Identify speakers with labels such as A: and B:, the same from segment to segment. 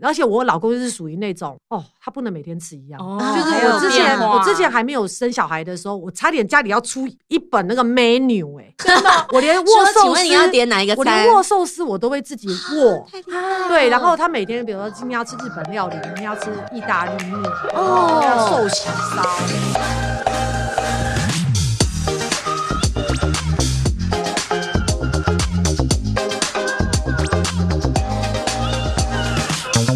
A: 而且我老公就是属于那种哦，他不能每天吃一样，
B: 哦
A: 就是
B: 还有
A: 我之前
B: 变化
A: 我之前还没有生小孩的时候，我差点家里要出一本那个 menu 哎、真的， 我连握
C: 说请
A: 寿司
C: 问你要点哪一个
A: 我
C: 餐啊
A: 连？握寿司我都会自己握。
C: 太厉害 了
A: 对，然后他每天，比如说今天要吃日本料理，明天要吃意大利面，
C: 哦
A: 要寿喜烧。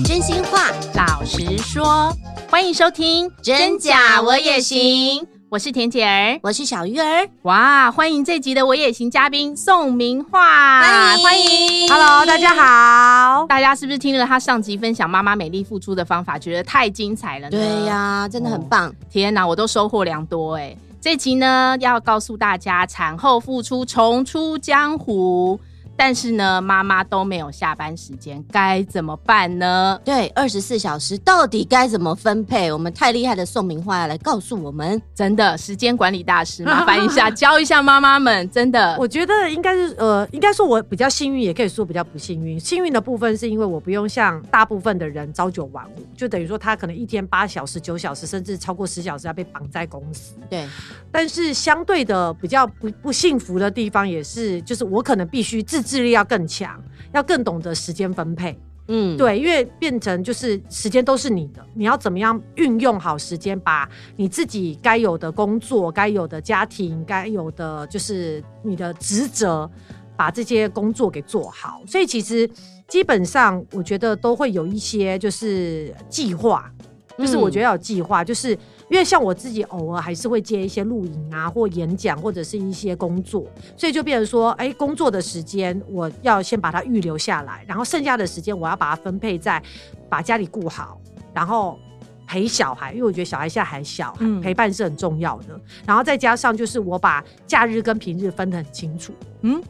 C: 真心话
B: 老实说，欢迎收听《
C: 真假我也行》，
B: 我是田姐儿。
C: 我是小鱼儿，
B: 哇，欢迎这集的我也行嘉宾宋明
A: 啊
B: 化，
C: 欢迎
A: Hello，大家。好。
B: 大家是不是听了他上集分享妈妈美丽付出的方法，觉得太精彩了呢？
C: 对呀、真的很
A: 哦
C: 棒。
B: 天哪，我都收获良多哎！这集呢，要告诉大家产后复出重出江湖，但是呢，妈妈都没有下班时间，该怎么办呢？
C: 对，二十四小时到底该怎么分配？我们太厉害的宋明化要来告诉我们。
B: 真的，时间管理大师，麻烦一 下教一下妈妈们，真的
A: 我觉得应该是呃，应该说我比较幸运，也可以说比较不幸运。幸运的部分是因为我不用像大部分的人朝九晚五，就等于说他可能一天八小时、九小时，甚至超过十小时要被绑在公司。
C: 对，
A: 但是相对的比较不不幸福的地方，也是就是我可能必须自制力要更强，要更懂得时间分配。
C: 嗯，
A: 对，因为变成就是时间都是你的，你要怎么样运用好时间，把你自己该有的工作、该有的家庭、该有的就是你的职责，把这些工作给做好。所以其实基本上，我觉得都会有一些就是计划，就是我觉得要有计划，就是因为像我自己偶尔还是会接一些录影啊，或演讲，或者是一些工作，所以就变成说，哎、工作的时间我要先把它预留下来，然后剩下的时间我要把它分配在把家里顾好，然后。陪小孩，因为我觉得小孩现在还小，
B: 嗯
A: 陪伴是很重要的。然后再加上就是我把假日跟平日分得很清楚。
B: 嗯
A: 嗯，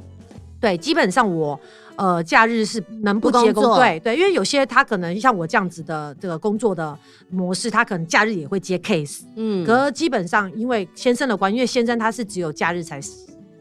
A: 对，基本上我呃假日是能不
C: 不
A: 接工
C: 工作
A: 对对，因为有些他可能像我这样子的这个工作的模式，他可能假日也会接 case，、
C: 嗯
A: 可基本上因为先生的关系，因为先生他是只有假日才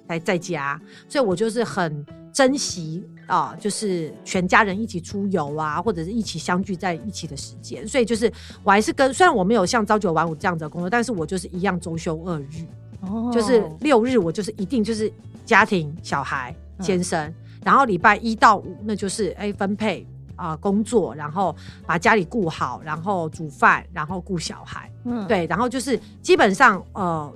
A: 才在家，所以我就是很珍惜啊，就是全家人一起出游啊，或者是一起相聚在一起的时间，所以就是我还是跟虽然我没有像朝九晚五这样子的工作，但是我就是一样周休二日。
B: 哦
A: 就是六日我就是一定就是家庭、小孩、
B: 嗯
A: 先生，然后礼拜一到五那就是哎、分配啊、工作，然后把家里顾好，然后煮饭，然后顾小孩，
B: 嗯，
A: 对，然后就是基本上呃，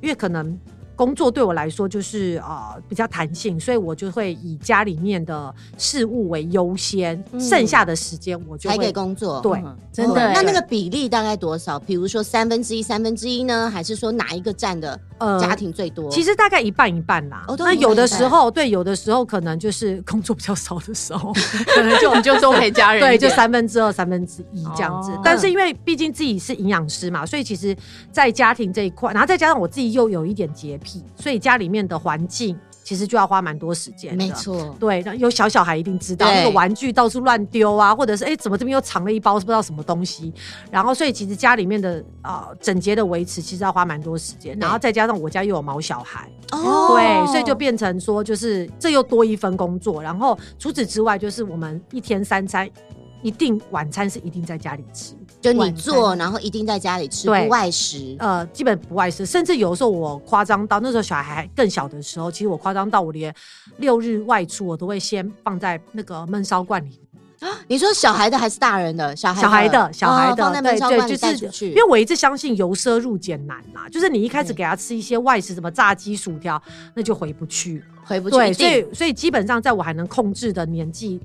A: 因为可能工作对我来说就是呃比较弹性，所以我就会以家里面的事物为优先，
C: 嗯
A: 剩下的时间我就
C: 才给
A: 会
C: 工作。
A: 对
B: 嗯真的
C: 哦
B: 欸。
C: 那那个比例大概多少？比如说三分之一、三分之一呢，还是说哪一个占的
A: 呃
C: 家庭最多？
A: 其实大概一半一半啦。
C: 哦都
A: 那
C: 一半
A: 有的
C: 一半
A: 时候，对，有的时候可能就是工作比较少的时 候，可能就
B: 你就多陪家人
A: 对，
B: 一
A: 就
B: 点，
A: 三分之二、三分之一这样子。
B: 哦
A: 但是因为毕竟自己是营养师嘛，所以其实，在家庭这一块，然后再加上我自己又有一点洁癖，所以家里面的环境其实就要花蛮多时间的。
C: 没。错，
A: 对，那有小小孩一定知道
C: 对
A: 那个玩具到处乱丢啊，或者是哎、诶怎么这边又藏了一包不知道什么东西，然后所以其实家里面的啊、呃整洁的维持其实要花蛮多时间，然后再加上我家又有毛小孩，
C: 哦
A: 对，所以就变成说，就是这又多一份工作。然后除此之外，就是我们一天三餐一定晚餐是一定在家里吃，
C: 就你
A: 晚餐
C: 做，然后一定在家里吃，
A: 对
C: 不外食。
A: 呃，基本不外食。甚至有的时候我夸张到那时候小孩还更小的时候，其实我夸张到我连六日外出我都会先放在那个焖烧罐里，
C: 你说小孩的还是大人的？小孩
A: 小孩的小孩
C: 哦
A: 的，
C: 放在
A: 对
C: 门窗罐
A: 对，
C: 里带
A: 就
C: 出
A: 是
C: 去。
A: 因为我一直相信由奢入俭难啦，就是你一开始
C: 对
A: 给他吃一些外食，什么炸鸡、薯条，那就回不去了。
C: 回不去，
A: 对，
C: 一
A: 所
C: 定
A: 以所以基本上在我还能控制的年纪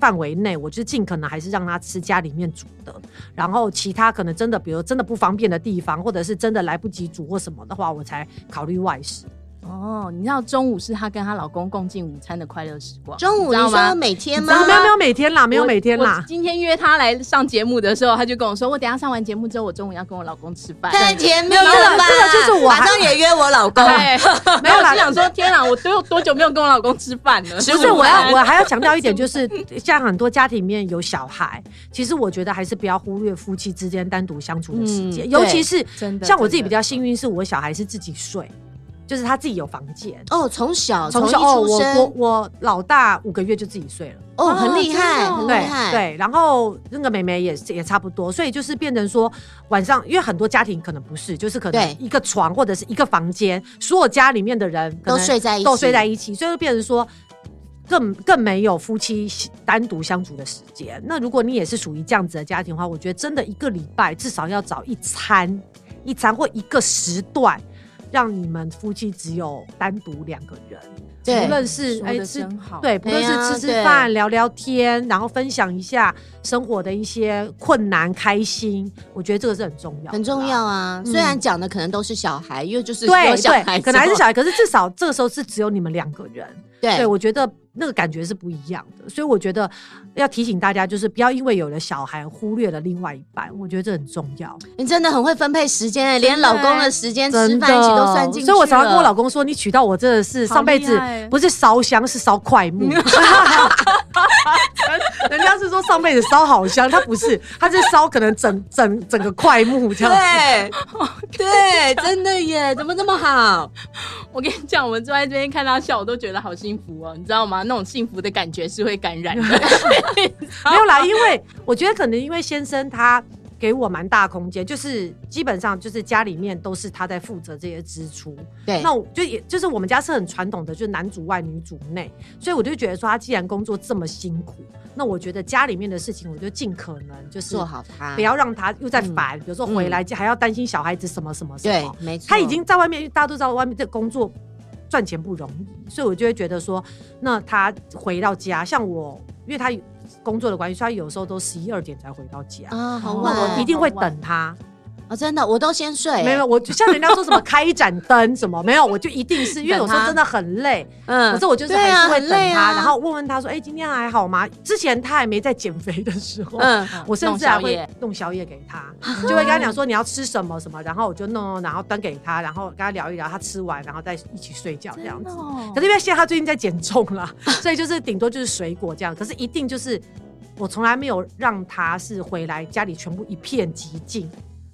A: 范围内，我就尽可能还是让他吃家里面煮的，然后其他可能真的，比如真的不方便的地方，或者是真的来不及煮或什么的话，我才考虑外食。
B: 哦，你知道中午是她跟她老公共进午餐的快乐时光，
C: 中午
B: 知
C: 你
B: 道吗
C: 说每天
A: 没有
C: 吗？
A: 没有没有每天啦，没有每天
B: 我
A: 啦。
B: 今天约她来上节目的时候，她就跟我说，我等一下上完节目之后，我中午要跟我老公吃饭。
C: 太甜蜜
A: 有
C: 了
A: 这个
C: 吧
A: 这个就是我还哎
C: 马上也约我老公。
B: 对，
A: 没
B: 没
A: 有
B: 有
A: 啦
B: 啦，我就想说，天啊，我都有多久没有跟我老公吃饭了？
A: 不是，我要我还要强调一点，就是像很多家庭里面有小孩，其实我觉得还是不要忽略夫妻之间单独相处的时间，
C: 嗯
A: 尤其是
B: 真的
A: 像我自己比
B: 较
A: 较幸运，是我小孩是自己睡，就是他自己有房间，
C: 哦，从小
A: 从
C: 一
A: 小哦，
C: 出
A: 我我
C: 生，
A: 我老大五个月就自己睡了，
C: 哦，
B: 哦
C: 很厉害，
B: 真的哦
C: 很厉
A: 对
C: 害，，
A: 对，然后那个妹妹也是也差不多，所以就是变成说晚上，因为很多家庭可能不是，就是可
C: 对
A: 能一个床或者是一个房间，所有家里面的人可
C: 都
A: 能
C: 睡在一起，
A: 都睡在一起，所以就变成说。更更没有夫妻单独相处的时间。那如果你也是属于这样子的家庭的话，我觉得真的一个礼拜至少要找一餐，一餐或一个时段，让你们夫妻只有单独两个人，无
C: 对，
A: 论是
B: 说
A: 哎
B: 得
A: 吃
B: 真好，
A: 对，不论
C: 对啊
A: 是吃吃
C: 对
A: 饭、聊聊天，然后分享一下生活的一些困难、开心，我觉得这个是很重要，
C: 很重。要啊。虽然讲的可能都是小孩，因为就是有
A: 嗯对
C: 小孩
A: 对，
C: 之后，
A: 可能还是小孩，可是至少这个时候是只有你们两个人。
C: 对
A: 对，我觉得那个感觉是不一样的，所以我觉得要提醒大家，就是不要因为有了小孩忽略了另外一半，我觉得这很重要。
C: 你真的很会分配时间、欸，连
B: 真的
C: 老
B: 欸
C: 公的时间、吃
A: 真的
C: 饭一起都算进去
A: 所以我常常跟我
C: 了
A: 老公说，你娶到我真的是上辈
B: 好厉
A: 子
B: 害
A: 不是烧香是烧快 木，人家是说上辈子烧好香，他不是，他是烧可能整整整个快木这样子。
C: 对啊对，真的耶，怎么那么好？
B: 我跟你讲，我们坐在这边看他笑，我都觉得好幸福哦，你知道吗？那种幸福的感觉是会感染的。
A: 没有啦，因为我觉得可能因为先生他给我蛮大空间，就是基本上就是家里面都是他在负责这些支出。
C: 对，
A: 那我就也就是我们家是很传统的，就是男主外女主内，所以我就觉得说他既然工作这么辛苦，那我觉得家里面的事情我就尽可能就是
C: 做，好它，
A: 不要让他又在烦，比如说回来还要担心小孩子什么什么什
C: 对
A: 么，，
C: 没错，
A: 他已经在外面，因为大家都知道外面这工作赚钱不容易，所以我就会觉得说，那他回到家，像我，因为他有工作的关系，所以他有时候都十一二点才回到家。
C: 啊，好
B: 那
A: 那
C: 晚，
A: 我一定
B: 好
A: 会
B: 晚
A: 等他，
C: 啊，真的，我都先睡欸，
A: 没有，我就像人家说什么开一盏灯什么，没有，我就一定是因为有时
C: 等他
A: 候真的很累，可
C: 嗯
A: 是，我就是
C: 对
A: 还
C: 啊
A: 是会
C: 很
A: 等
C: 累
A: 他，
C: 啊
A: 然后问问他说，哎、今天还好吗？之前他还没在减肥的时候。
C: 嗯，
A: 我甚
B: 弄
A: 至还
B: 宵
A: 会
B: 夜
A: 弄宵夜给他，就会跟他讲说你要吃什么什么，然后我就弄弄，然后端给他，然后跟他聊一聊，他吃完然后再一起睡觉这样子。可
B: 可
A: 是因为现在他最近在减重啦，所以就是顶多就是水果这样。可是一定就是我从来没有让他是回来家里全部一片寂静，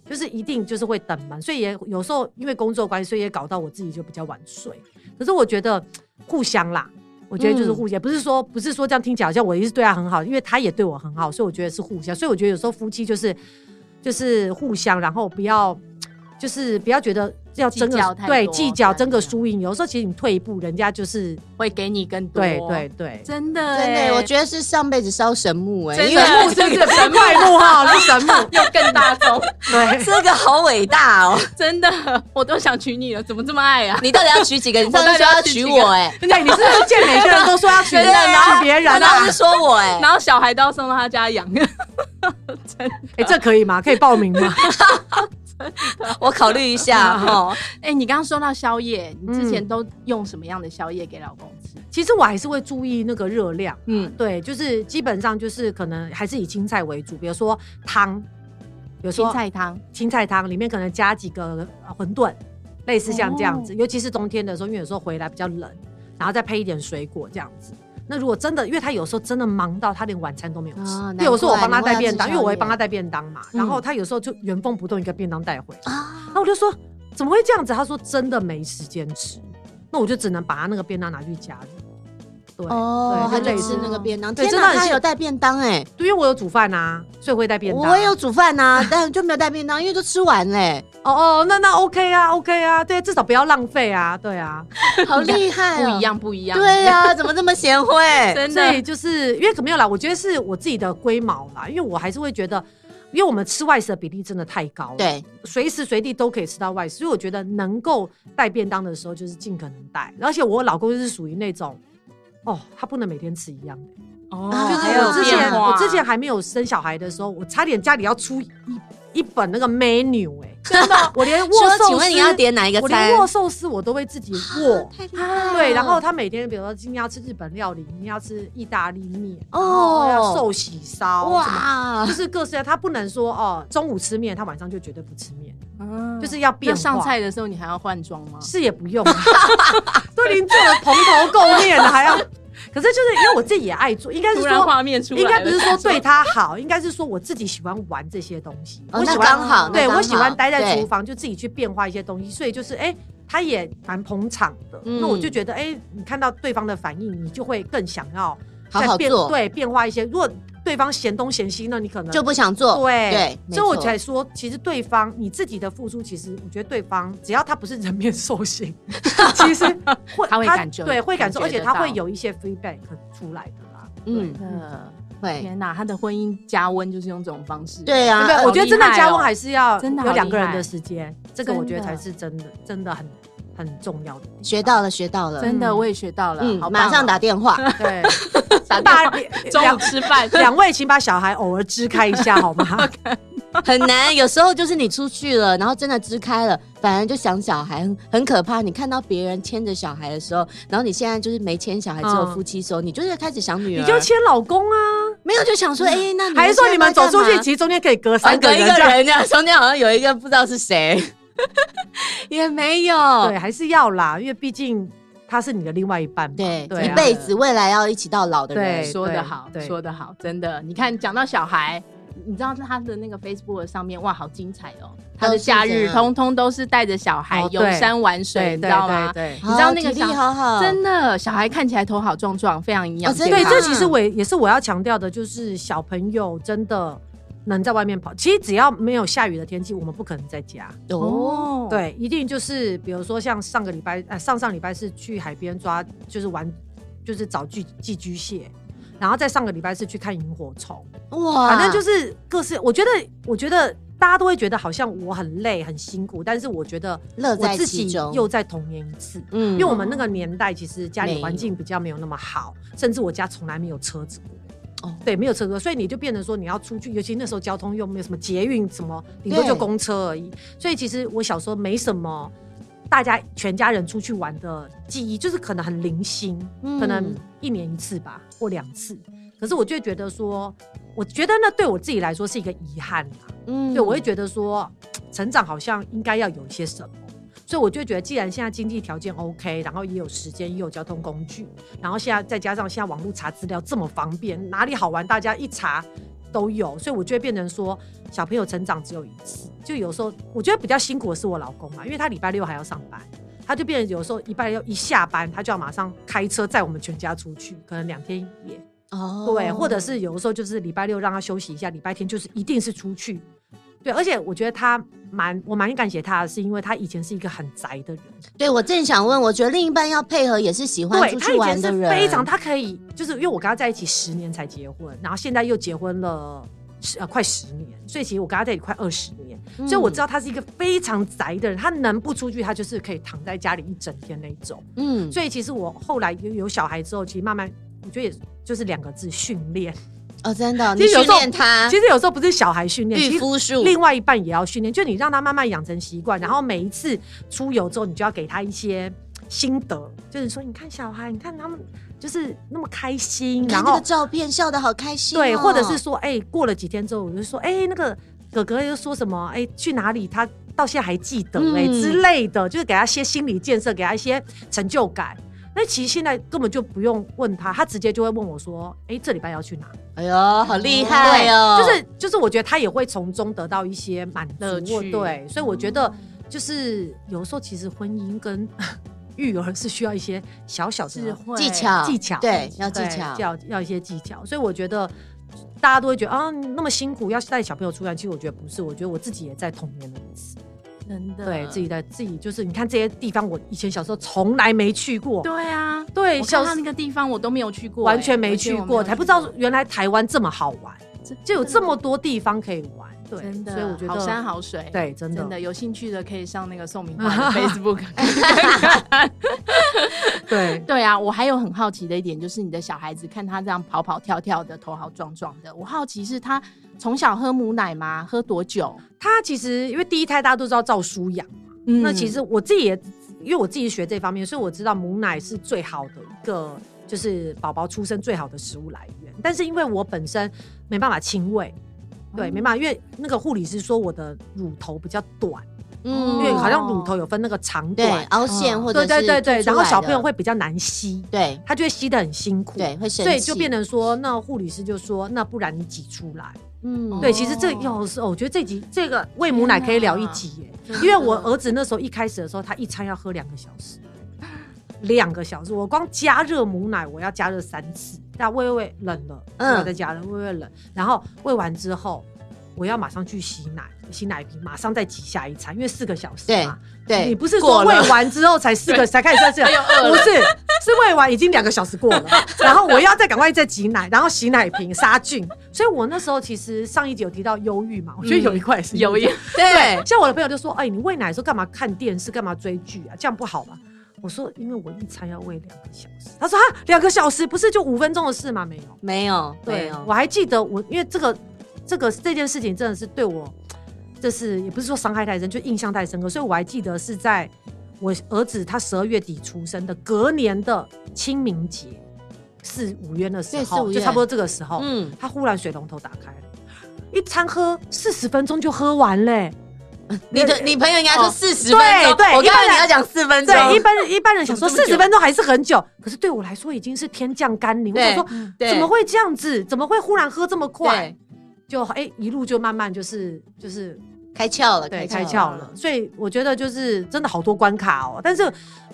A: 就是一定就是会等门，所以也有时候因为工作关系，所以也搞到我自己就比较晚睡。可是我觉得互相啦。我觉得
B: 嗯
A: 就是互相，不是说不是说这样听起来好像我一直对他很好，因为他也对我很好，所以我觉得是互相。所以我觉得有时候夫妻就是就是互相，然后不要就是不要觉得要争
B: 计较
A: 个
B: 太
A: 对
B: 多
A: 计较
B: 这样
A: 争个
B: 子
A: 输赢，有时候其实你退一步，人家就是
B: 哦会给你更多，
A: 对对，对，
B: 真的
C: 真的
B: 欸
C: 欸，我觉得是上辈子烧神木哎，
B: 真
C: 因
B: 的
C: 为
B: 得
A: 木真的神怪木哈，是神木，
B: 又更大众，
A: 对。
C: 这个好伟大哦，
B: 真的，我都想娶你了，怎么这么爱啊？
C: 你到底要娶几个？你上次
B: 我到底
C: 说
B: 要
C: 要
B: 娶
C: 娶
B: 几
C: 我
B: 个
C: 哎，
A: 对，你是不是见每个人都说 要
B: 啊
A: 娶人，娶别人
C: 我当
A: 啊
C: 时？说我哎，
B: 然后小孩都要送到他家 养，
A: 哎，这可以吗？可以报名吗？
C: 我考虑一下哦，
B: 哎、你刚刚说到宵夜，你之前都用什么样的宵夜给老公吃？
A: 其实我还是会注意那个热量，啊
B: 嗯，
A: 对，就是基本上就是可能还是以青菜为主，比如说汤，有时
B: 青
A: 候
B: 菜汤，
A: 青菜汤里面可能加几个呃馄饨，类似像这
B: 哦
A: 样子。尤其是冬天的时候，因为有时候回来比较冷，然后再配一点水果这样子。那如果真的，因为他有时候真的忙到他连晚餐都没有吃，
C: 啊难
A: 因为有时候我帮他
C: 怪
A: 带便当，
C: 难怪要吃宵夜嗯
A: 因为我会帮他带便当嘛。然后他有时候就原封不动一个便当带回来，
C: 啊，
A: 那我就说怎么会这样子？他说真的没时间吃，那我就只能把他那个便当拿去家里。对，
C: 哦，他
A: 对
C: 就
A: 类
C: 吃
A: 似
C: 那个便当，
A: 对
C: 天
A: 真的
C: 哪，
A: 很
C: 他
A: 幸
C: 有带便当哎，
A: 对，因为我有煮饭啊，所以会带便当。
C: 我也有煮饭呐，但就没有带便当，因为都吃完嘞，
A: 哦哦，那那 OK 啊，OK 啊，对，至少不要浪费啊，对啊。
C: 好厉害，
B: 不一。样，不一样，
C: 对呀、 怎么这么贤惠？
A: 哎
B: 真
A: 所以
B: 的，
A: 就是因为可没有啦，我觉得是我自己的龟毛啦，因为我还是会觉得，因为我们吃外食的比例真的太高了，，
C: 对，
A: 随时随地都可以吃到外食，所以我觉得能够带便当的时候就是尽可能带，而且我老公就是属于那种。哦，他不能每天吃一样的。
B: 哦
C: 就
A: 就是
C: 还有
A: 我之
C: 变
A: 前，
C: 化
A: 我之前还没有生小孩的时候，我差点家里要出一一本那个 menu 哎、
C: 真的。哦
A: 我连握寿
C: 说，
A: 司，
C: 请问你要点哪一个
A: 我
C: 餐啊
A: 连？握寿司我都会自己握。
C: 太厉害了
A: 对，然后他每天，比如说今天要吃日本料理，明天要吃意大利面，
C: 哦
A: 哦，要寿喜烧，哇，
C: 哇
A: 就，是各式各样。他不能说哦，中午吃面，他晚上就绝对不吃面，
B: 嗯
A: 就是要
B: 要
A: 变
B: 上
A: 化。
B: 菜的时候你还要换装吗？
A: 是也不 用，啊都已经做了蓬头垢面了，还要。 可是就是因为我自己也爱做，应该是
B: 突然
A: 说，
B: 画面出来了，
A: 应该不是说对他好，应该是说我自己喜欢玩这些东西，
C: 哦
A: 我
C: 那
A: 喜欢
C: 刚好，那
A: 对
C: 刚
A: 我喜欢
C: 好
A: 待在厨
C: 对
A: 房，就自己去变化一些东西，所以就是哎、他也蛮捧场的，
C: 嗯
A: 那我就觉得哎、你看到对方的反应，你就会更想要
C: 好
A: 再
C: 好
A: 变
C: 做
A: 对变化一些。如果对方嫌东嫌西，那你可能
C: 就不想做，
A: 对，
C: 对，
A: 所以我
C: 没错
A: 才说，其实对方你自己的付出，其实我觉得对方只要他不是人面兽心， 其实会
B: 他会感觉
A: 对会感受，
B: 感
A: 而且
B: 觉得
A: 他会
B: 到
A: 有一些 feedback 出来的啦。
C: 嗯
B: 呃，
C: 会，
B: 天哪，他的婚姻加温就是用这种方式。
C: 对啊，
A: 对，呃
B: 好
A: 我觉得真的
B: 厉害
A: 加
B: 哦
A: 温还是要
B: 真的好
A: 有两个
B: 厉
A: 人
B: 害
A: 的时间，这个我觉得
B: 真的
A: 才是真的，真的很很重 要的地方。
C: 学到了，学到了，
B: 真的
A: 嗯
B: 我也学到了，
C: 嗯
B: 好，棒哦
C: 马上打 电话，
A: 对，
B: 打电
A: 大
B: 话， 中
A: 两
B: 午吃饭
A: 两位请把小孩偶尔支开一下好吗？
C: 很难。有时候就是你出去了，然后真的支开了，反而就想小孩，很很可怕。你看到别人牵着小孩的时候，然后你现在就是没牵小孩，只有
A: 嗯
C: 夫妻手，你就是开始想女儿，
A: 你就牵老公啊，
C: 没有就想说，哎、那你
A: 还是说你们走出去，
C: 前
A: 其实中间可以隔
C: 三
B: 哦
A: 三
C: 个
A: 个
C: 哦一
A: 人
C: 个
A: 这样？
C: 人这样，中间好像有一个不知道是谁， 也没有，
A: 对，还是要啦，因为毕竟他是你的另外一半嘛。
C: 对，
A: 对
C: 一
A: 啊
C: 辈子未来要一起到老的 人
A: 对，
B: 说得好，
A: 对
B: 说得好，真的。你看，讲到小孩，你知道他的那个 Facebook 上面，哇，好精彩哦！他的假
C: 都是这
B: 日
C: 样
B: 通通都是带着小孩
A: 哦
B: 游
A: 对
B: 山玩水，
A: 对，
B: 你
A: 对
B: 知道吗？
A: 对嗯
C: 好
B: 你知道那个
C: 体
B: 小
C: 力好好，
B: 真的，小孩看起来头好壮壮，非常营养
C: 哦真
B: 健
A: 对
C: 的
A: 对，这
B: 康。
A: 其实我也也是我要强调的，就是小朋友真的能在外面跑。其实只要没有下雨的天气，我们不可能在家。
C: 哦，
A: 对，一定就是比如说像上个礼拜，呃，上上礼拜是去海边抓，就是玩，就是找寄寄居蟹，然后再上个礼拜是去看萤火虫，
C: 哇，
A: 哦反正就是是各式。我觉得，我觉得大家都会觉得好像我很累很辛苦，但是我觉得
C: 乐
A: 我
C: 在
A: 自
C: 其
A: 己
C: 中，
A: 又在童年一次。
C: 嗯
A: 因为我们那个年代，其实家
C: 没
A: 里
C: 有
A: 环境比较没有那么好，甚至我家从来没有车子过。
C: 哦
A: 对，没有车子，所以你就变成说你要出去，尤其那时候交通又没有什么捷运什么，顶多
C: 对
A: 就公车而已。所以其实我小时候没什么大家全家人出去玩的记忆，就是可能很零星，
C: 嗯
A: 可能一年一次吧，或两次。可是我就会觉得说，我觉得那对我自己来说是一个遗憾啦、
C: 嗯
A: 对，我会觉得说，成长好像应该要有一些什么，所以我就觉得，既然现在经济条件 OK，然后也有时间，也有交通工具，然后现在再加上现在网络查资料这么方便，哪里好玩大家一查都有，所以我就会变成说，小朋友成长只有一次，就有时候我觉得比较辛苦的是我老公啊嘛，因为他礼拜六还要上班。他就变成有时候礼拜六一下班，他就要马上开车载我们全家出去，可能两天一夜。
C: 哦
A: 对，或者是有的时候就是礼拜六让他休息一下，礼拜天就是一定是出去。对，而且我觉得他蛮我蛮感谢他的，是因为他以前是一个很宅的人，
C: 对我正想问，我觉得另一半要配合也是喜欢
A: 对
C: 出
A: 他
C: 去
A: 以
C: 玩
A: 前
C: 的
A: 是
C: 人，
A: 非常，他可以就是因为我跟他在一起十年才结婚，然后现在又结婚了十呃快十年，所以其实我跟他在一起快二十年，
C: 嗯
A: 所以我知道他是一个非常宅的人，他能不出去，他就是可以躺在家里一整天那一种。
C: 嗯，
A: 所以其实我后来有有小孩之后，其实慢慢我觉得也就是两个字训练。
C: 哦，真的，你
A: 其实有
C: 训
A: 时候
C: 练他
A: 其实有时候不是小孩训练，其
C: 御
A: 实
C: 夫术，
A: 另外一半也要训练，就你让他慢慢养成习惯，然后每一次出游之后，你就要给他一些心得，就是说，你看小孩，你看他们就是那么开心，
C: 你看
A: 然
C: 这
A: 后
C: 个照片笑得好开心哦，
A: 对，或者是说，哎、过了几天之后，我就说，哎、那个哥哥又说什么，哎、去哪里，他到现在还记得、哎、
C: 嗯
A: 之类的，就是给他一些心理建设，给他一些成就感。那其实现在根本就不用问他，他直接就会问我说：“哎、这礼拜要去哪？”
C: 哎呦，好厉害哦！
A: 就是就是，我觉得他也会从中得到一些满足
B: 乐趣嗯
A: 对，所以我觉得就是有时候其实婚姻跟 育儿是需要一些小小
B: 智
A: 的
B: 慧
C: 技巧，
A: 技巧嗯
C: 对，要技
A: 对
C: 巧，
A: 要要一些技巧。所以我觉得大家都会觉得啊，那么辛苦要带小朋友出来，其实我觉得不是，我觉得我自己也在童年的意思，
B: 真的
A: 对自己在自己就是你看这些地方，我以前小时候从来没去过，
B: 对啊，
A: 对，
B: 我
A: 小
B: 看
A: 时
B: 他那个地方我都没有去过，
A: 完
B: 哎
A: 全没去过，才不知道原来台湾这么好玩。就有这么，多地方可以玩，对，
B: 我真的
A: 所以我觉得
B: 好山好水，。
A: 对，真的
B: 真的有兴趣的可以上那个 宋明华的 Facebook
A: 对，
B: 对啊，我还有很好奇的一点就是，你的小孩子看他这样跑跑跳跳的，头好壮壮的，我好奇是他从小喝母奶吗？喝多久？
A: 他其实因为第一胎大家都知道照书养，
B: 嗯
A: 那其实我自己也因为我自己学这方面，所以我知道母奶是最好的一个。就是宝宝出生最好的食物来源，但是因为我本身没办法亲喂，对，没办法，因为那个护理师说我的乳头比较短，
C: 嗯
A: 因为好像乳头有分那个长
C: 对
A: 短，
C: 凹陷
B: 嗯
C: 或者
A: 对对
C: 是
A: 对对，
C: 凸出
A: 然后
C: 来
A: 小朋友
C: 的
A: 会比较难吸，
C: 对
A: 他就会吸得很辛苦，
C: 对会生气，
A: 所以就变成说，那护理师就说，那不然你挤出来。
C: 嗯
A: 对，
B: 哦
A: 其实这有时候我觉得这集这个喂母奶可以聊一集耶，
B: 天哪
A: 因为我儿子那时候一开始的时候，他一餐要喝两个小时，两个小时，我光加热母奶我要加热三次，那喂喂喂冷了，
C: 嗯
A: 我的家人喂喂冷，然后喂完之后，我要马上去洗奶，洗奶瓶，马上再挤下一餐，因为四个小时
C: 对
A: 嘛。
C: 对，
A: 你不是说
C: 过了
A: 喂完之后才四个才开始算
B: 又饿
A: 这
B: 了
A: 不是，是喂完已经两个小时过了，然后我要再赶快再挤奶，然后洗奶瓶杀菌。所以我那时候其实上一集有提到忧郁嘛，我觉得有一块是忧
B: 有
A: 郁
B: 一
C: 对，
A: 像我的朋友就说：“哎、你喂奶的时候干嘛看电视，干嘛追剧啊？这样不好吧？”我说：“因为我一餐要喂两个小时。”他说：“啊，两个小时不是就五分钟的事吗？没有。
C: 没有没有，
A: 我还记得我，因为这个这个这件事情真的是对我，这是也不是说伤害太深，就印象太深刻，所以我还记得是在我儿子他十二月底出生的隔年的清明节，四五月的时
C: 对四五
A: 候，
C: 月
A: 就差不多这个时候，
C: 嗯，
A: 他忽然水龙头打开了。一餐喝四十分钟就喝完嘞、
C: 你的你朋友应该说
A: 哦
C: 四十分
A: 对
C: 钟，
A: 对
C: 我
A: 一
C: 刚
A: 般
C: 才
A: 人
C: 你要讲四分钟，
A: 对，一般人一般人想说
B: 怎
A: 四
B: 么这么久
A: 十分钟还是很久，可是对我来说已经是天降甘霖。我
C: 对
A: 想说，
B: 嗯
C: 对
A: 怎么会这样子？怎么会忽然喝这么快？
C: 对
A: 就哎、一路就慢慢就是就是
C: 开窍了，
A: 对开
C: 开
A: 窍了，，所以我觉得就是真的好多关卡哦。但是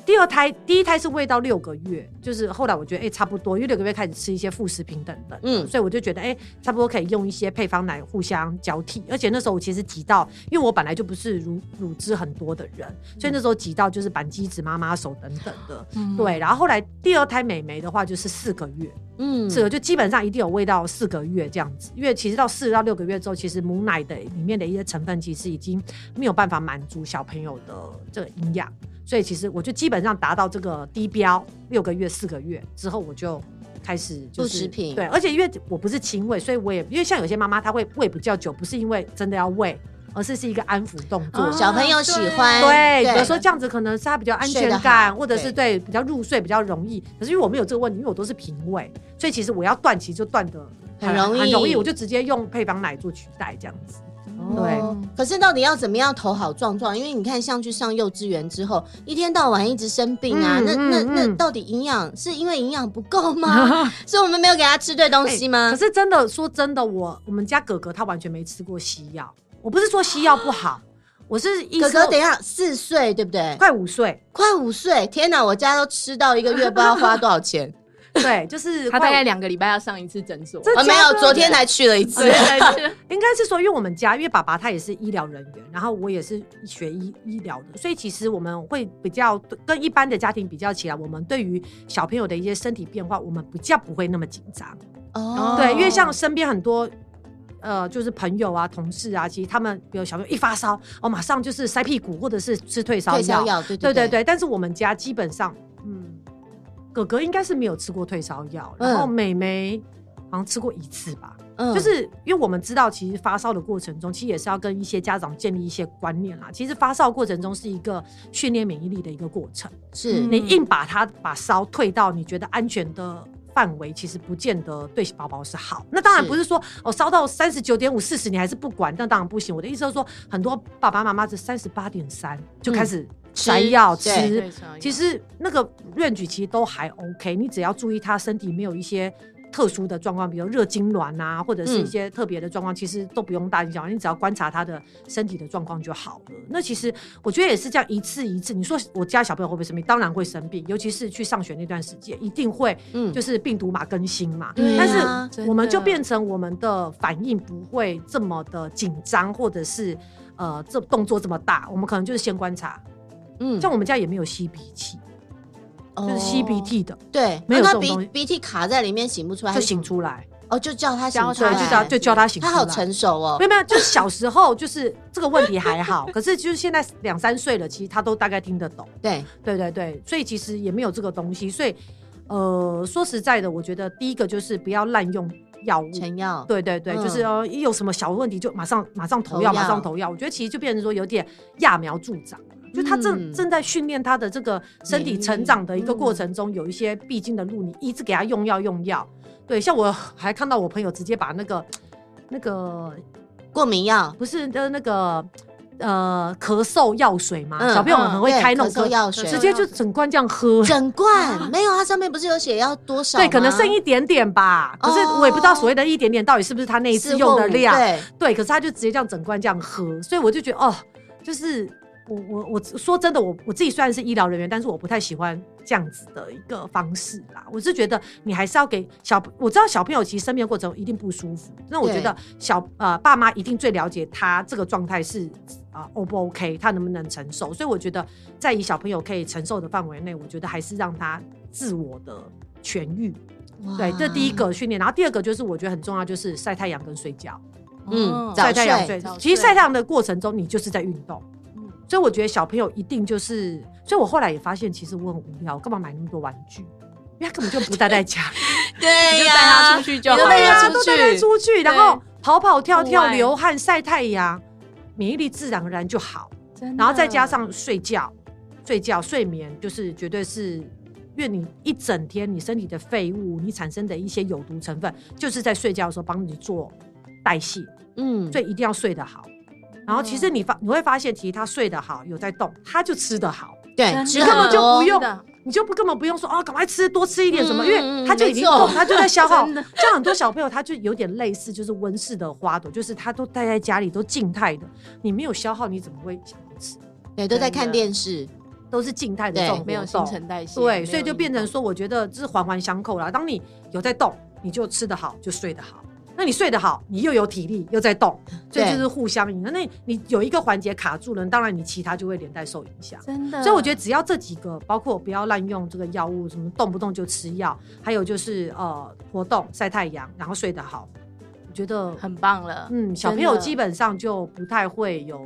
A: 第二胎第一胎是喂到六个月，就是后来我觉得哎、差不多，因为六个月开始吃一些副食品等等。
C: 嗯，
A: 所以我就觉得，哎、差不多可以用一些配方奶互相交替。而且那时候我其实挤到，因为我本来就不是乳乳汁很多的人，所以那时候挤到就是板机子妈妈手等等的。
B: 嗯
A: 对，然后后来第二胎美眉的话就是四个月，
C: 嗯，
A: 这个就基本上一定有喂到四个月这样子，因为其实到四到六个月之后，其实母奶的里面的一些成分其实已经没有办法满足小朋友的这个营养，所以其实我就基本上达到这个低标六个月、四个月之后，我就开始就
C: 做
A: 是
C: 食品
A: 对，而且因为我不是亲喂，所以我也因为像有些妈妈她会喂比较久，不是因为真的要喂，而是是一个安抚动作。
B: 啊
C: 小朋友喜欢，
A: 对，比如说这样子，可能是他比较安
C: 睡得
A: 全
C: 好
A: 感，或者是对比较入睡比较容易。可是因为我没有这个问题，因为我都是平胃，所以其实我要断，其实就断的
C: 很容易
A: 很容易，我就直接用配方奶做取代这样子。
C: 哦可是到底要怎么样头好壮壮？因为你看，像去上幼稚园之后，一天到晚一直生病啊，
A: 嗯
C: 那
A: 嗯
C: 那
A: 嗯
C: 那到底营养是因为营养不 够吗？是我们没有给他吃对东西吗
A: 可？是真的说真的，我我们家哥哥他完全没吃过西药，我不是说西药不好，我是意
C: 哥
A: 思
C: 哥，
A: 说
C: 等一下，四岁对不对？
A: 快五岁，
C: 快五岁，天哪！我家都吃到一个月，不知道花多少 钱。
A: 对，就是快
B: 他大
A: 五
B: 概两个礼拜要上一次诊所，哦
A: 这
C: 啊，没
A: 假
C: 有，
A: 的
C: 昨天才去了一次。
B: 对，
A: 应该是说，因为我们家，因为爸爸他也是医疗人员，然后我也是学医医疗的，所以其实我们会比较跟一般的家庭比较起来，我们对于小朋友的一些身体变化，我们比较不会那么紧张。
C: 哦
A: 对，因为像身边很多。呃，就是朋友啊、同事啊，其实他们比如小朋友一发烧，哦，马上就是塞屁股，或者是吃退烧
C: 退
A: 药
C: 烧，药，
A: 对
C: 对对
A: 对对，但是我们家基本上，嗯，哥哥应该是没有吃过退烧药，
C: 嗯
A: 然后妹妹好像吃过一次吧，
C: 嗯
A: 就是因为我们知道，其实发烧的过程中，其实也是要跟一些家长建立一些观念啦。其实发烧过程中是一个训练免疫力的一个过程，
C: 是
B: 嗯
A: 你硬把它把烧退到你觉得安全的。范围其实不见得对宝宝是好，那当然
C: 是
A: 不是说哦烧到三十九点五、四十你还是不管，那当然不行。我的意思是说，很多爸爸妈妈是三十八点三就开始塞药吃，
C: 嗯对
B: 哎
A: 其实那个 range 其实都还 OK，你只要注意他身体没有一些特殊的状况，比如热痉挛啊，或者是一些特别的状况，其实都不用大惊小怪，你只要观察他的身体的状况就好了。那其实我觉得也是这样一次一次。你说我家小朋友会不会生病？当然会生病，尤其是去上学那段时间，一定会，
C: 嗯
A: 就是病毒码更新嘛。
C: 对
A: 但是
C: 啊
A: 我们就变成我们的反应不会这么的紧张，或者是呃这动作这么大，我们可能就是先观察。
C: 嗯
A: 像我们家也没有吸鼻器。就是吸鼻，涕的，
C: 哦对，
A: 没有
C: 那
A: 这
C: 他
A: 种
C: 鼻
A: 东西
C: 鼻涕卡在里面醒不出来，
A: 就醒出来，
C: 哦，就叫他醒
B: 教
C: 出来，
B: 他
A: 对，就叫就教他醒出
C: 他
A: 来。
C: 好成熟哦
A: 没，有没有，就是小时候就是这个问题还好，可是就是现在两三岁了，其实他都大概听得懂，
C: 对，
A: 对对对，所以其实也没有这个东西，所以呃，说实在的，我觉得第一个就是不要滥用药物。
C: 成药，
A: 嗯对对对，
C: 嗯
A: 就是呃，一有什么小问题就马上马上投药，
C: 投药
A: 马上投药。我觉得其实就变成说有点揠苗助长，就他正
C: 嗯
A: 正在训练他的这个身体成长的一个过程中，有一些必经的路，你一直给他用药用药。对，像我还看到我朋友直接把那个那个
C: 过敏药，
A: 不是呃那个呃咳嗽药水嘛，
C: 嗯
A: 啊小朋友很会
C: 对
A: 开那种
C: 咳嗽药水嗯
A: 直接就整罐这样喝。
C: 整罐没有，它上面不是有写要多少吗？
A: 对，可能剩一点点吧，可是我也不知道所谓的一点点到底是不是他那一次用的量。
C: 四或五对，
A: 对，可是他就直接这样整罐这样喝，所以我就觉得哦，就是我我我说真的，我我自己虽然是医疗人员，但是我不太喜欢这样子的一个方式啦。我是觉得你还是要给小，我知道小朋友其实生病的过程一定不舒服，那我觉得小呃爸妈一定最了解他这个状态是啊、呃 O 不 OK，他能不能承受。所以我觉得在以小朋友可以承受的范围内，我觉得还是让他自我的痊愈。对，这第一个训练，然后第二个就是我觉得很重要，就是晒太阳跟睡觉。
C: 嗯
B: 嗯，
C: 早
A: 晒太阳
C: 睡
A: 睡
B: 早，
A: 其实
B: 睡
A: 晒太阳的过程中，你就是在运动。
B: 嗯
A: 所以我觉得小朋友一定就是，所以我后来也发现，其实我很无聊，我干嘛买那么多玩具？因为他根本就不待在家，
C: 对
B: 就带
C: 呀
B: 他 出，去就好
C: 你
B: 了。
C: 就带他
A: 啊，
C: 出
A: 都带他出去，然后跑跑跳
B: 户
A: 跳、
B: 外
A: 流汗、晒太阳，免疫力自然而然就好。
B: 真的
A: 然后再加上睡觉，睡觉睡眠就是绝对是，因为你一整天你身体的废物，你产生的一些有毒成分，就是在睡觉的时候帮你做代谢，
C: 嗯，
A: 所以一定要睡得好。然后其实你发你会发现，其实他睡得好，有在动，他就吃得好，
C: 对，
A: 你根本就不用
B: 真的
A: 你就不根本不用说哦，赶快吃，多吃一点什么，
C: 嗯
A: 因
C: 嗯
A: 为他就已经
C: 没错
A: 动，他就在消 耗
B: 真的。
A: 像很多小朋友，他就有点类似，就是温室的花朵，就是他都待在家里，都静态的，你没有消耗，你怎么会想要吃？
C: 对，都在
B: 真的
C: 看电视，
A: 都是静态的这
C: 对
A: 种
B: 没有
A: 活
B: 新
A: 动
B: 陈代谢，没
A: 对，
B: 有
A: 所以就
B: 运
A: 变成
B: 动
A: 说，我觉得这是环环相扣啦。当你有在动，你就吃得好，就睡得好。那你睡得好，你又有体力，又在动，所以
C: 对
A: 就是互相影响。那你有一个环节卡住了，当然你其他就会连带受影响。
B: 真的，
A: 所以我觉得只要这几个，包括不要滥用这个药物，什么动不动就吃药，还有就是呃活动、晒太阳，然后睡得好，我觉得
B: 很棒了。
A: 嗯，小朋
B: 真
A: 友
B: 的
A: 基本上就不太会有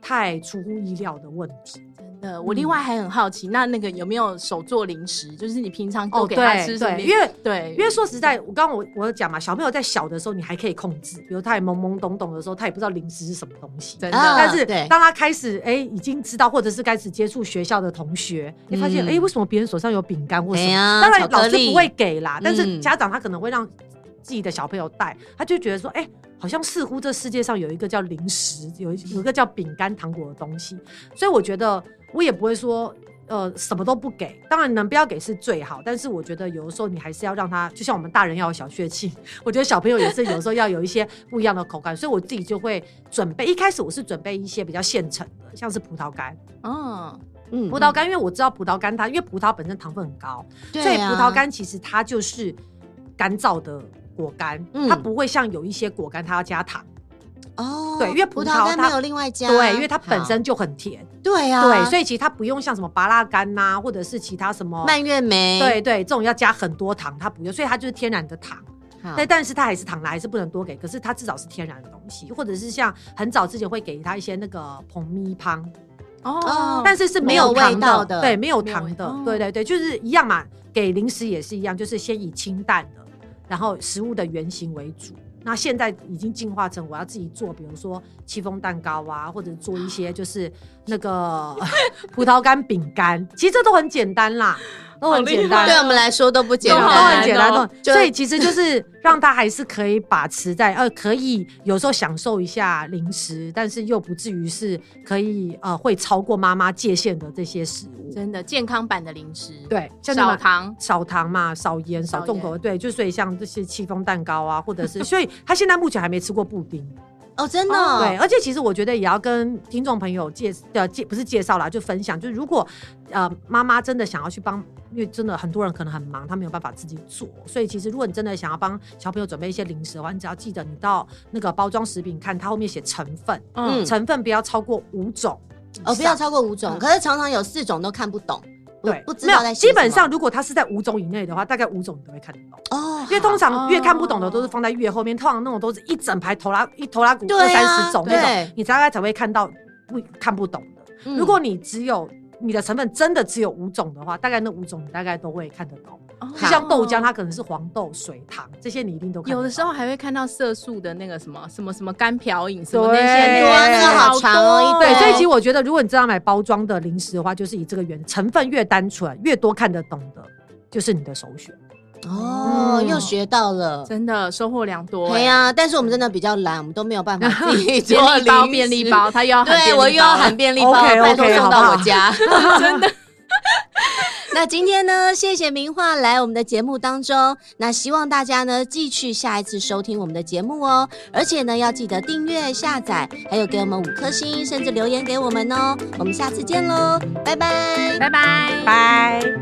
A: 太出乎意料的问题。
B: 真的，呃我另外还很好奇，那那个有没有手做零食？就是你平常都
A: 哦，
B: 给他
A: 对
B: 吃什么
A: 对，
B: 零？
A: 因为
B: 对，
A: 因为说实在，我刚刚我我有讲嘛，小朋友在小的时候你还可以控制，比如他也懵懵懂懂的时候，他也不知道零食是什么东西。
B: 真的，
C: 啊
A: 但是
C: 对
A: 当他开始哎、已经知道，或者是开始接触学校的同学，你发现
C: 嗯
A: 哎、为什么别人手上有饼干或什
C: 哎
A: 么？
C: 呀
A: 当然
C: 巧克
A: 老师
C: 力
A: 不会给啦，但是
C: 嗯
A: 家长他可能会让自己的小朋友带，他就觉得说哎、好像似乎这世界上有一个叫零食，有一有一个叫饼干、糖果的东西，所以我觉得我也不会说呃什么都不给，当然能不要给是最好，但是我觉得有的时候你还是要让他，就像我们大人要有小确幸，我觉得小朋友也是有时候要有一些不一样的口感，所以我自己就会准备，一开始我是准备一些比较现成的，像是葡萄干，
B: 嗯，
C: 嗯
A: 葡萄干，因为我知道葡萄干它因为葡萄本身糖分很高，所
C: 啊
A: 以葡萄，干其实它就是干燥的。果干，
C: 嗯
A: 它不会像有一些果干它要加糖，
C: 对啊哦，
A: 对因为
C: 葡
A: 葡
C: 萄
A: 萄
C: 干没
A: 它
C: 有另外加，
A: 对，因为它本
C: 好
A: 身就很甜，
C: 对啊，
A: 对，所
C: 以
A: 以其实它不用像什么拔辣干呐、或者是其他什么，
C: 蔓越莓，
A: 对对，这种要加很多糖，它不用，所以它就是天然的糖。
C: 好，
A: 但但是它还是糖啦，还是不能多给，可是它至少是天然的东西，或者是像很早之前会给它一些那个蓬咪汤，
B: 哦，
A: 但是是没
C: 没有
A: 有
C: 味
A: 糖的，
C: 道的
A: 对，没有
B: 没有
A: 糖
B: 味
A: 的，
B: 哦
A: 对对对，就是一样嘛。给零食也是一样，就是先以清淡的，然后食物的原型为主。那现在已经进化成我要自己做，比如说戚风蛋糕啊，或者做一些就是那个呃 葡萄干饼干，其实这都很简单啦，都很简单。
C: 对我们来说都不简
A: 啊都
C: 单，啊
A: 很简单，都很
C: 就
A: 所以其实就是让他还是可以把持在，呃，可以有时候享受一下零食，但是又不至于是可以呃会超过妈妈界限的这些食物。
B: 真的健康版的零食，，
A: 对，像那
B: 少
A: 么
B: 糖，
A: 少糖嘛，少盐，
B: 少
A: 少重口，对，就所以像这些戚风蛋糕啊，或者是，所以他现在目前还没吃过布丁。
C: 哦，真的
B: 哦
C: 哦，
A: 对，而且其实我觉得也要跟听众朋友介呃介不是介绍啦，就分享，就是如果呃妈妈真的想要去帮，因为真的很多人可能很忙，她没有办法自己做，所以其实如果你真的想要帮小朋友准备一些零食的话，你只要记得你到那个包装食品看，它后面写成分，
C: 嗯
A: 成分不要超过五种以上。
C: 哦，不要超过五种，
A: 嗯
C: 可是常常有四种都看不懂，不
A: 对，
C: 不知
A: 没有
C: 道在写
A: 基本
C: 什么
A: 上，如果它是在五种以内的话，大概五种你都会看得懂。
C: 哦，
A: 因为通常越看不懂的
B: 哦
A: 都是放在越后面，通常那种都是一整排头拉一头拉骨
C: 对
A: 二
C: 啊
A: 三十种那
C: 对
A: 种，你大概才会看到不看不懂的。
C: 嗯
A: 如果你只有你的成分真的只有五种的话，大概那五种你大概都会看得懂。
B: 哦
A: 就像豆浆，它可能是黄豆、水糖这些，你一定都看得
B: 嗯有的时
A: 懂
B: 候还会看到色素的那个什么什么什么干瓢饮什
A: 对
B: 么那些，
A: 对啊那个
C: 好长哦
A: 对，
C: 对
A: 所以其实我觉得，如果你真要买包装的零食的话，就是以这个原成分越单纯、越多看得懂的，就是你的首选。
C: 哦，
A: 嗯
C: 又学到了。
B: 真的收获良多。
C: 对
B: 哎
C: 呀，但是我们真的比较懒，我们都没 有办法自己做
B: 便利包，
C: 零食
B: 便利，包，他又要喊便利
C: 对
B: 包
C: 我又要喊便利包，
A: OK，OK，
C: 拜托送
A: 好不
C: 到
A: 好
C: 我 家。
B: 真的
C: 那今天呢，谢谢明画来我们的节目当中。那希望大家呢继续下一次收听我们的节目哦，而且呢要记得订阅、下载，还有给我们五颗星，甚至留言给我们哦。我们下次见喽，拜拜。
B: 拜拜。
A: 拜。